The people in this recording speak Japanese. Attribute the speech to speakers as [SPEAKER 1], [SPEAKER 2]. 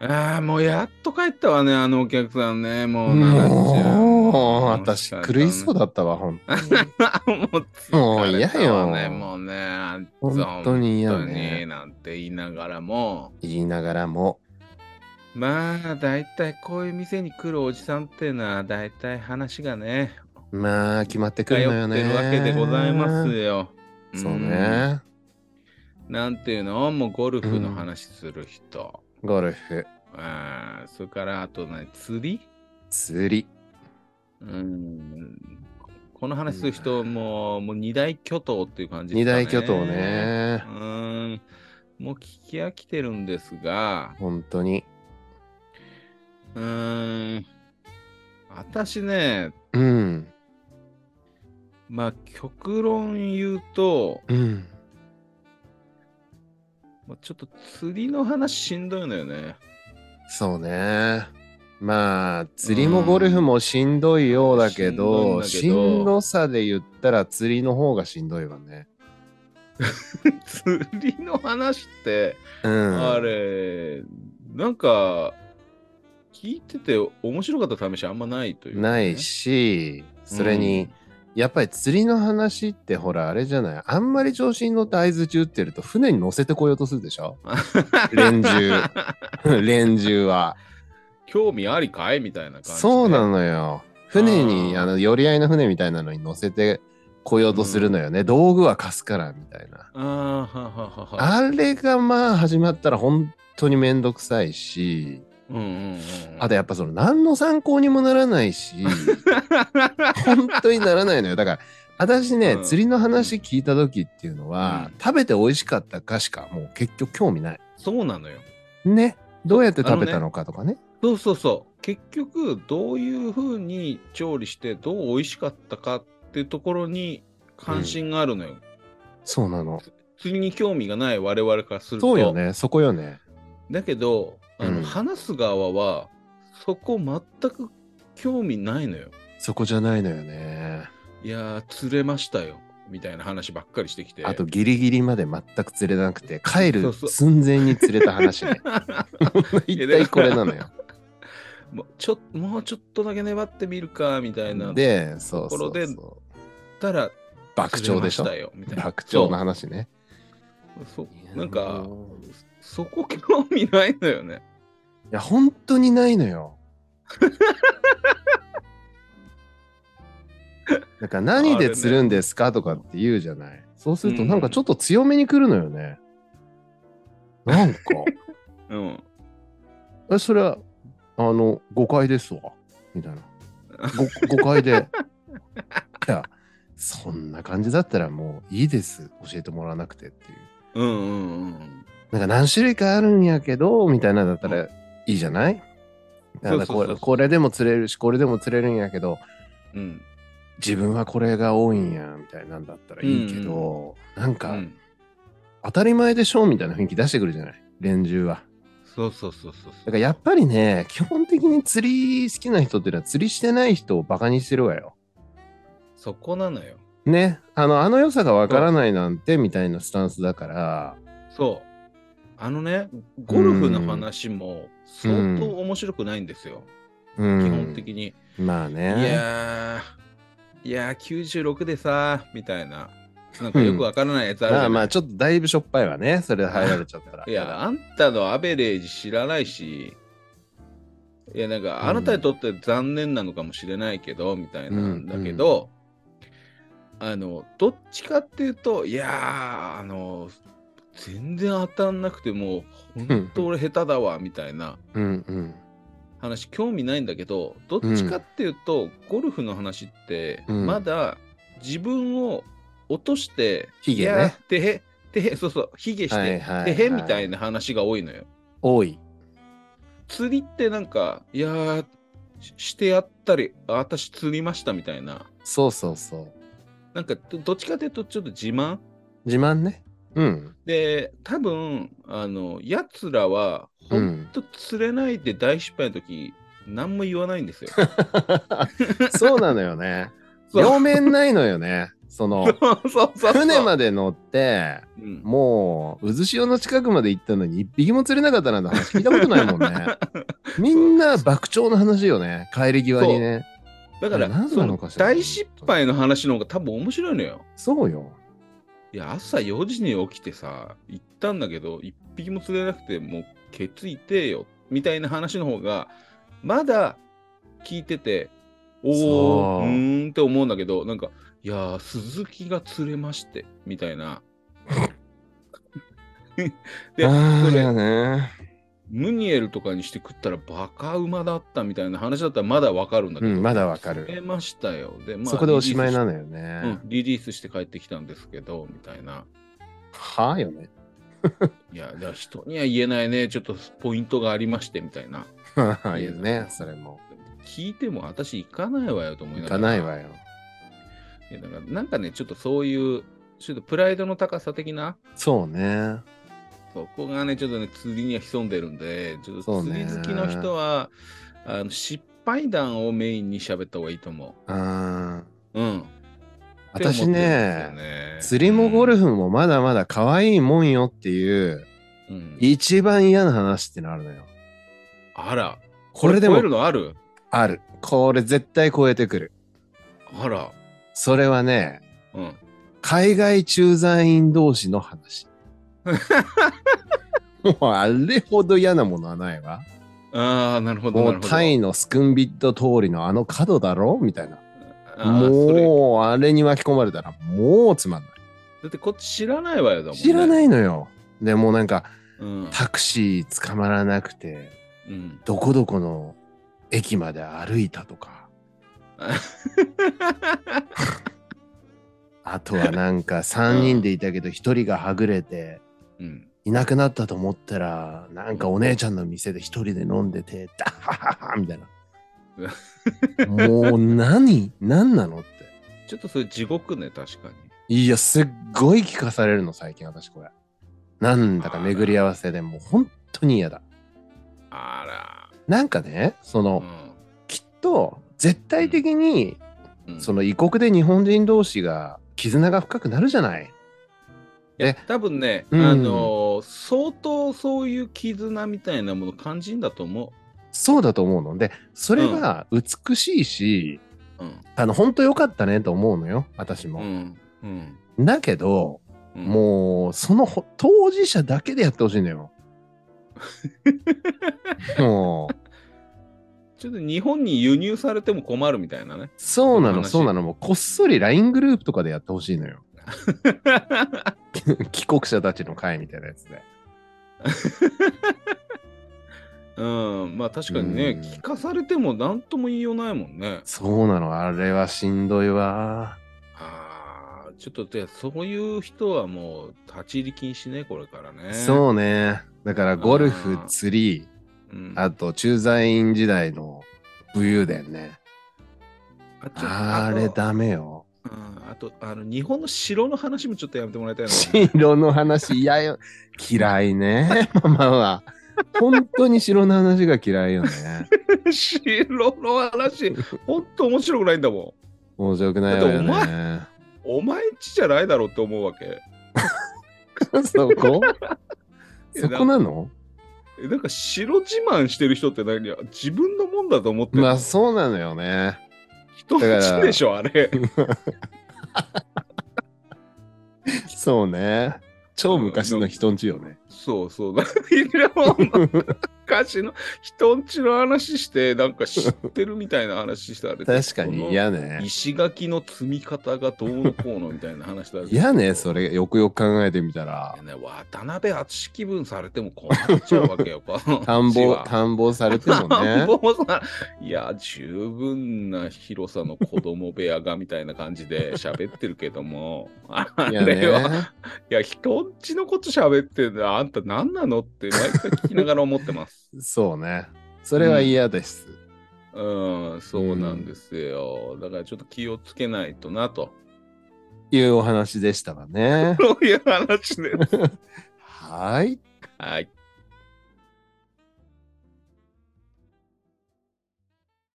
[SPEAKER 1] ああ、もうやっと帰ったわね、あのお客さんね。もう、
[SPEAKER 2] もう、私、狂いそう
[SPEAKER 1] だ。
[SPEAKER 2] だったわ、本 当に。
[SPEAKER 1] もう疲れた
[SPEAKER 2] もう嫌よ
[SPEAKER 1] ね、もうね、あんた
[SPEAKER 2] 本当に嫌ね
[SPEAKER 1] 本当になんて言いながらも、
[SPEAKER 2] 言いながらも、
[SPEAKER 1] まあ、大体こういう店に来るおじさんっていうのは、大体話がね、
[SPEAKER 2] まあ、決まって
[SPEAKER 1] 通
[SPEAKER 2] く
[SPEAKER 1] って
[SPEAKER 2] る
[SPEAKER 1] る
[SPEAKER 2] のよね。
[SPEAKER 1] わけでございます。よ。
[SPEAKER 2] そうんね。
[SPEAKER 1] なんていうのもうゴルフの話する人。
[SPEAKER 2] ゴルフ、
[SPEAKER 1] あーそれからあとね、釣り
[SPEAKER 2] 釣り。
[SPEAKER 1] うん。この話する人も、もう二大巨頭っていう感じ、
[SPEAKER 2] 二大巨頭。ね
[SPEAKER 1] う。ーん。もう聞き飽きてるんですが、
[SPEAKER 2] 本当に。
[SPEAKER 1] うーん。私ね、
[SPEAKER 2] うん。
[SPEAKER 1] まあ極論言うと、
[SPEAKER 2] うん。
[SPEAKER 1] もうちょっと釣りの話しんどいのよ ね。
[SPEAKER 2] そうね。まあ、釣りもゴルフもしんどいようだけど、
[SPEAKER 1] うんし
[SPEAKER 2] し
[SPEAKER 1] んどいんだけど
[SPEAKER 2] んどさで言ったら釣りの方がしんどいわね。
[SPEAKER 1] 釣りの話って、
[SPEAKER 2] うん。
[SPEAKER 1] あれ、なんか、聞いてて面白かった試しあんまないというかね、
[SPEAKER 2] ないし、それに、やっぱり釣りの話ってほらあれじゃないあんまり調子に乗って合図中打ってると船に乗せてこようとするで しょ連中連中は
[SPEAKER 1] 興味ありかいみたいな感じで。
[SPEAKER 2] そうなのよ船
[SPEAKER 1] う
[SPEAKER 2] に
[SPEAKER 1] ん
[SPEAKER 2] あの寄り合いの船みたいなのに乗せてこようとするのよね、道具は貸すからみたいな
[SPEAKER 1] ああ、はははは。
[SPEAKER 2] あれがまあ始まったら本当にめんどくさいし
[SPEAKER 1] うんうんうんうん。
[SPEAKER 2] あとやっぱその何の参考にもならない し本当にならないのよだから私ね、
[SPEAKER 1] うん
[SPEAKER 2] 釣りの話聞いた時っていうの
[SPEAKER 1] う
[SPEAKER 2] は、
[SPEAKER 1] ん
[SPEAKER 2] 食べて美味しかったかしかもう結局興味ない
[SPEAKER 1] そうなのよ。
[SPEAKER 2] ねどうやって
[SPEAKER 1] あの
[SPEAKER 2] 食
[SPEAKER 1] ね
[SPEAKER 2] べたのかとかね
[SPEAKER 1] そうそうそう。結局、どういうふうに調理して、どう美味しかったかっていうところに関心があるのよ。
[SPEAKER 2] そうなの
[SPEAKER 1] 釣りに興味がない我々からすると。
[SPEAKER 2] そうよねそこよね
[SPEAKER 1] だけど、あの
[SPEAKER 2] うん
[SPEAKER 1] 話す側はそこ全く興味ないのよ。
[SPEAKER 2] そこじゃないのよね
[SPEAKER 1] いやー釣れましたよみたいな話ばっかりしてきて。
[SPEAKER 2] あとギリギリまで全く釣れなくて帰
[SPEAKER 1] そ
[SPEAKER 2] る
[SPEAKER 1] うそう
[SPEAKER 2] 寸前に釣れた 話ね一体これなのよ
[SPEAKER 1] もうちょもうちょっとだけ粘ってみるかみたいな。
[SPEAKER 2] でそう
[SPEAKER 1] とこ
[SPEAKER 2] そ
[SPEAKER 1] ろ
[SPEAKER 2] う
[SPEAKER 1] で
[SPEAKER 2] そう
[SPEAKER 1] たら
[SPEAKER 2] 爆
[SPEAKER 1] 釣れ
[SPEAKER 2] 鳥
[SPEAKER 1] ま
[SPEAKER 2] でし
[SPEAKER 1] し
[SPEAKER 2] ょ
[SPEAKER 1] たよみたいな。
[SPEAKER 2] 爆鳥の話ね
[SPEAKER 1] そうそうなんかそこ興味ないのよね。
[SPEAKER 2] いや、本当にないのよ。だから何で釣るんですかとかって言うじゃない。そうすると
[SPEAKER 1] うん
[SPEAKER 2] なんかちょっと強めに来るのよね。なんか、
[SPEAKER 1] うん。
[SPEAKER 2] え、それは、あの、誤解ですわ。みたいな。ご誤解で。いや、そんな感じだったらもういいです。教えてもらわなくてっていう。
[SPEAKER 1] うんうんうん。
[SPEAKER 2] なんか何種類かあるんやけど、みたいなのだった
[SPEAKER 1] う
[SPEAKER 2] らいいじゃないだか
[SPEAKER 1] そ
[SPEAKER 2] ら
[SPEAKER 1] うそうそ
[SPEAKER 2] こ
[SPEAKER 1] う
[SPEAKER 2] れ
[SPEAKER 1] そう
[SPEAKER 2] これでも釣れるし、これでも釣れるんやけど、
[SPEAKER 1] うん。
[SPEAKER 2] 自分はこれが多いんや、みたいなんだったらいいけど、なん
[SPEAKER 1] う
[SPEAKER 2] か
[SPEAKER 1] ん。
[SPEAKER 2] 当たり前でしょみたいな雰囲気出してくるじゃない連中は。
[SPEAKER 1] そうそうそうそうそう。
[SPEAKER 2] だからやっぱりね、基本的に釣り好きな人っていうのは釣りしてない人をバカにしてるわよ。
[SPEAKER 1] そこなのよ。
[SPEAKER 2] ね。あの、あの良さがわからないなんてみたいなスタンスだから、
[SPEAKER 1] そう。あのね、ゴルフの話も相当面白くないんですよ。
[SPEAKER 2] うん。
[SPEAKER 1] 基本的に。
[SPEAKER 2] まあ
[SPEAKER 1] い
[SPEAKER 2] ね。
[SPEAKER 1] やー、いやー、96でさー、みたいな。なんかよくわからないやつあるじ
[SPEAKER 2] ま
[SPEAKER 1] ゃ
[SPEAKER 2] あま
[SPEAKER 1] ない
[SPEAKER 2] あ、ちょっとだいぶしょっぱいわね。それ入られちゃったら。
[SPEAKER 1] いや、あんたのアベレージ知らないし、いや、なんか、あなたにとって残念なのかもしれないけど、みたいなんだけど、あの、どっちかっていうと、いやー、あの、全然当たんなくて、もう、ほんと俺下手だわ、みたいな。
[SPEAKER 2] うんうん。
[SPEAKER 1] 話興味ないんだけどどっちかっていうと、ゴルフの話って
[SPEAKER 2] うん
[SPEAKER 1] まだ自分を落として、
[SPEAKER 2] ヒゲね
[SPEAKER 1] いやてへてへそうそうヒゲして、
[SPEAKER 2] はいはいはい
[SPEAKER 1] てへみたいな話が多いのよ
[SPEAKER 2] 多い。
[SPEAKER 1] 釣りってなんかいやーししてやったりあ私釣りましたみたいな
[SPEAKER 2] そうそうそう。
[SPEAKER 1] なんかどどっちかっていうとちょっと自慢
[SPEAKER 2] 自慢ね。うん。
[SPEAKER 1] で多分あのやつらはほんと釣れないで大失敗の時、何 も言わないんですよ
[SPEAKER 2] そうなのよね。
[SPEAKER 1] そう
[SPEAKER 2] 両面ないのよね。その
[SPEAKER 1] そうそうそう。
[SPEAKER 2] 船
[SPEAKER 1] で、
[SPEAKER 2] まで乗って
[SPEAKER 1] うん、
[SPEAKER 2] もう渦潮の近くまで行ったのに一匹も釣れなかったなんて話聞いたことないも んねみんな爆鳥の話よね帰り際にね
[SPEAKER 1] だから
[SPEAKER 2] 何
[SPEAKER 1] そ
[SPEAKER 2] な
[SPEAKER 1] の
[SPEAKER 2] のかしら
[SPEAKER 1] 大失敗の話の方が多分面白いのよ。
[SPEAKER 2] そうよ
[SPEAKER 1] いや、朝4時に起きてさ、行ったんだけど、一匹も釣れなくて、もう、ケツいてえよ、みたいな話の方が、まだ聞いてて、お
[SPEAKER 2] そ
[SPEAKER 1] お、う
[SPEAKER 2] う
[SPEAKER 1] ーんって思うんだけど、なんか、いやー、鈴木が釣れまして、みたいな。で
[SPEAKER 2] あ
[SPEAKER 1] こ
[SPEAKER 2] ー
[SPEAKER 1] れ
[SPEAKER 2] やね
[SPEAKER 1] ムニエルとかにして食ったらバカ馬だったみたいな話だったらまだわかるんだけ
[SPEAKER 2] う
[SPEAKER 1] ど、
[SPEAKER 2] んまだわか
[SPEAKER 1] 釣れ
[SPEAKER 2] る
[SPEAKER 1] ましたよ。で、まあ、
[SPEAKER 2] そこでおしまいな
[SPEAKER 1] リ
[SPEAKER 2] の
[SPEAKER 1] リ
[SPEAKER 2] よ
[SPEAKER 1] ースし
[SPEAKER 2] ね
[SPEAKER 1] うん、リリースして帰ってきたんですけど、みたいな。
[SPEAKER 2] はあよね
[SPEAKER 1] いや、だから人には言えないね、ちょっとポイントがありましてみたいな。
[SPEAKER 2] いいよねそれも
[SPEAKER 1] 聞いても私行かないわよと思い
[SPEAKER 2] 行
[SPEAKER 1] なが。
[SPEAKER 2] からないわよ
[SPEAKER 1] いや。なんかなんかね、ちょっとそういう、ちょっとプライドの高さ的な、
[SPEAKER 2] そうね
[SPEAKER 1] そこがね、ちょっとね、釣りには潜んでるんで、ちょっ
[SPEAKER 2] そ
[SPEAKER 1] と
[SPEAKER 2] う
[SPEAKER 1] 釣
[SPEAKER 2] ね
[SPEAKER 1] り好きの人は、あの失敗談をメインに喋った方がいいと思
[SPEAKER 2] うん
[SPEAKER 1] う。うん。
[SPEAKER 2] 私
[SPEAKER 1] って思ってるん
[SPEAKER 2] ね
[SPEAKER 1] ですよね
[SPEAKER 2] 釣りもゴルフもまだまだ可愛いもんよっていう
[SPEAKER 1] うんうん
[SPEAKER 2] 一番嫌な話ってのあるのよ
[SPEAKER 1] あら、
[SPEAKER 2] これで
[SPEAKER 1] 超
[SPEAKER 2] も
[SPEAKER 1] えるのある
[SPEAKER 2] ある。これ絶対超えてくる。
[SPEAKER 1] あら、
[SPEAKER 2] それはね、
[SPEAKER 1] うん。
[SPEAKER 2] 海外駐在員同士 の話。もうあれほど嫌なものはないわ。
[SPEAKER 1] ああ、なるほど、
[SPEAKER 2] も
[SPEAKER 1] なる
[SPEAKER 2] う
[SPEAKER 1] ほど。
[SPEAKER 2] タイのスクンビット通りのあの角だろみたいな。
[SPEAKER 1] あーそれ
[SPEAKER 2] もうあれに巻き込まれたらもうつまんな
[SPEAKER 1] だってこっち知らないわよだもん、。
[SPEAKER 2] い。知らないいのよ。でもうなんか
[SPEAKER 1] うん。
[SPEAKER 2] タクシー捕まらなくて、
[SPEAKER 1] うん、
[SPEAKER 2] どこどこの駅まで歩いたとか。あとはなんか3人でいたけど1人がはぐれて、
[SPEAKER 1] うん。
[SPEAKER 2] いなくなったと思ったら、なんかお姉ちゃんの店で一人で飲んでて、ダハハハみたいな。もう何何なのって。
[SPEAKER 1] ちょっとそれ地獄ね、確かに。
[SPEAKER 2] いや、すっごい聞かされるの、最近私これ。なんだか巡り合わせでもう本当に嫌だ。
[SPEAKER 1] あ
[SPEAKER 2] なんかね、そ
[SPEAKER 1] ら。
[SPEAKER 2] の、
[SPEAKER 1] う
[SPEAKER 2] きっと絶対的に、
[SPEAKER 1] ん。うん
[SPEAKER 2] その異国で日本人同士が絆が深くなるじゃない。
[SPEAKER 1] いや
[SPEAKER 2] え
[SPEAKER 1] 多分ね、
[SPEAKER 2] うん
[SPEAKER 1] あのー相当そういう絆みたいなもの感じんだと思
[SPEAKER 2] そうだと思うので、それが美しいし、
[SPEAKER 1] う。うん。
[SPEAKER 2] あの、本当良かったねと思うのよ、私も。
[SPEAKER 1] うん。うん。
[SPEAKER 2] だけど、
[SPEAKER 1] うん
[SPEAKER 2] もうそのほ当事者だけでやってほしい のよ。もう
[SPEAKER 1] ちょっと日本に輸入されても困るみたいなね。
[SPEAKER 2] そう
[SPEAKER 1] この
[SPEAKER 2] なの
[SPEAKER 1] 話
[SPEAKER 2] そうなのもうこっそり LINE グループとかでやってほしいの よ。帰国者たちの会みたいなやつで。
[SPEAKER 1] うん。まあ確かにね、
[SPEAKER 2] うん
[SPEAKER 1] 聞かされても何とも言いようないもんね。
[SPEAKER 2] そうなのあれはしんどいわ。
[SPEAKER 1] ああ、ちょっとで、そういう人はもう立ち入り禁止ね、これからね。
[SPEAKER 2] そうね。だからゴルフ
[SPEAKER 1] あー、
[SPEAKER 2] 釣り、
[SPEAKER 1] うん。
[SPEAKER 2] あと駐在員時代の武勇伝ね。
[SPEAKER 1] あちょ
[SPEAKER 2] あれ。ダメよ。
[SPEAKER 1] あとうんあと、あの、日本の城の話もちょっとやめてもらいたいな。
[SPEAKER 2] 城の話嫌よ。嫌いね、 ママは。本当に城の話が嫌いよね。
[SPEAKER 1] 城の話、ほんと面白くないんだも
[SPEAKER 2] 面白くないわよね。
[SPEAKER 1] ん。お前んちじゃないだろうって思うわけ。
[SPEAKER 2] そこ
[SPEAKER 1] え
[SPEAKER 2] そこなの
[SPEAKER 1] えなんか城自慢してる人って何や自分のもんだと思ってる
[SPEAKER 2] まあそうなのよね。
[SPEAKER 1] 人ん
[SPEAKER 2] だか
[SPEAKER 1] ち
[SPEAKER 2] ら
[SPEAKER 1] でしょ、あれ。
[SPEAKER 2] そうね。超昔の人んちよね。
[SPEAKER 1] そうそう。だからいやもう昔の人んちの話して、なんか知ってるみたいな話したらあれ
[SPEAKER 2] 確か
[SPEAKER 1] この
[SPEAKER 2] に嫌ね。
[SPEAKER 1] 石垣の積み方がどうのこうのみたいな話だけど
[SPEAKER 2] 嫌ね、そ。れ。よくよく考えてみたら
[SPEAKER 1] いや。ね渡辺淳気分されても困っちゃうわけよ。この
[SPEAKER 2] 田ん
[SPEAKER 1] 地
[SPEAKER 2] ぼ
[SPEAKER 1] は、
[SPEAKER 2] 田んぼされても
[SPEAKER 1] 田ん
[SPEAKER 2] ね。
[SPEAKER 1] ぼさいや、十分な広さの子供部屋がみたいな感じ で喋ってるけども、あ
[SPEAKER 2] いや
[SPEAKER 1] れは、
[SPEAKER 2] ね。
[SPEAKER 1] いや、人んちのこと喋ってんだ、あんた何なのって毎回聞きながら思って ます。
[SPEAKER 2] そうね。それは嫌です。
[SPEAKER 1] うん、そうなんですよ。だからちょっと気をつけないとなと。 。
[SPEAKER 2] いうお話でしたわね
[SPEAKER 1] そういう話です。
[SPEAKER 2] はい。
[SPEAKER 1] はい。